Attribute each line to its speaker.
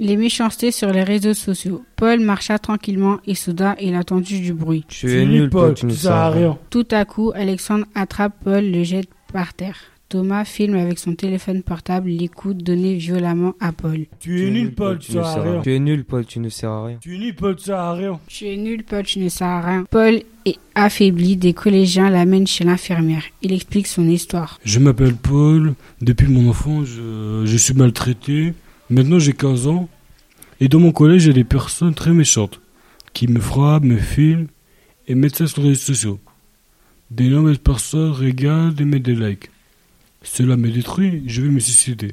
Speaker 1: les méchancetés sur les réseaux sociaux. Paul marcha tranquillement et soudain il entendit du bruit.
Speaker 2: Tu es nul, Paul, tu ne sers à rien.
Speaker 1: Tout à coup, Alexandre attrape Paul, le jette par terre. Thomas filme avec son téléphone portable les coups donnés violemment à Paul.
Speaker 2: Tu es nul, Paul, tu
Speaker 3: ne
Speaker 2: sers à
Speaker 3: sers à
Speaker 2: rien.
Speaker 3: Tu es nul, Paul, tu ne sers à rien.
Speaker 2: Tu es nul, Paul, tu sers à rien.
Speaker 1: Tu es nul, Paul, tu ne sers à rien. Paul est affaibli, des collégiens l'amènent chez l'infirmière. Il explique son histoire.
Speaker 4: Je m'appelle Paul. Depuis mon enfance, je, je suis maltraité. Maintenant, j'ai 15 ans. Et dans mon collège, il y a des personnes très méchantes qui me frappent, me filment et mettent ça sur les réseaux sociaux. D'énormes personnes regardent et mettent des likes. Cela me détruit, je vais me suicider.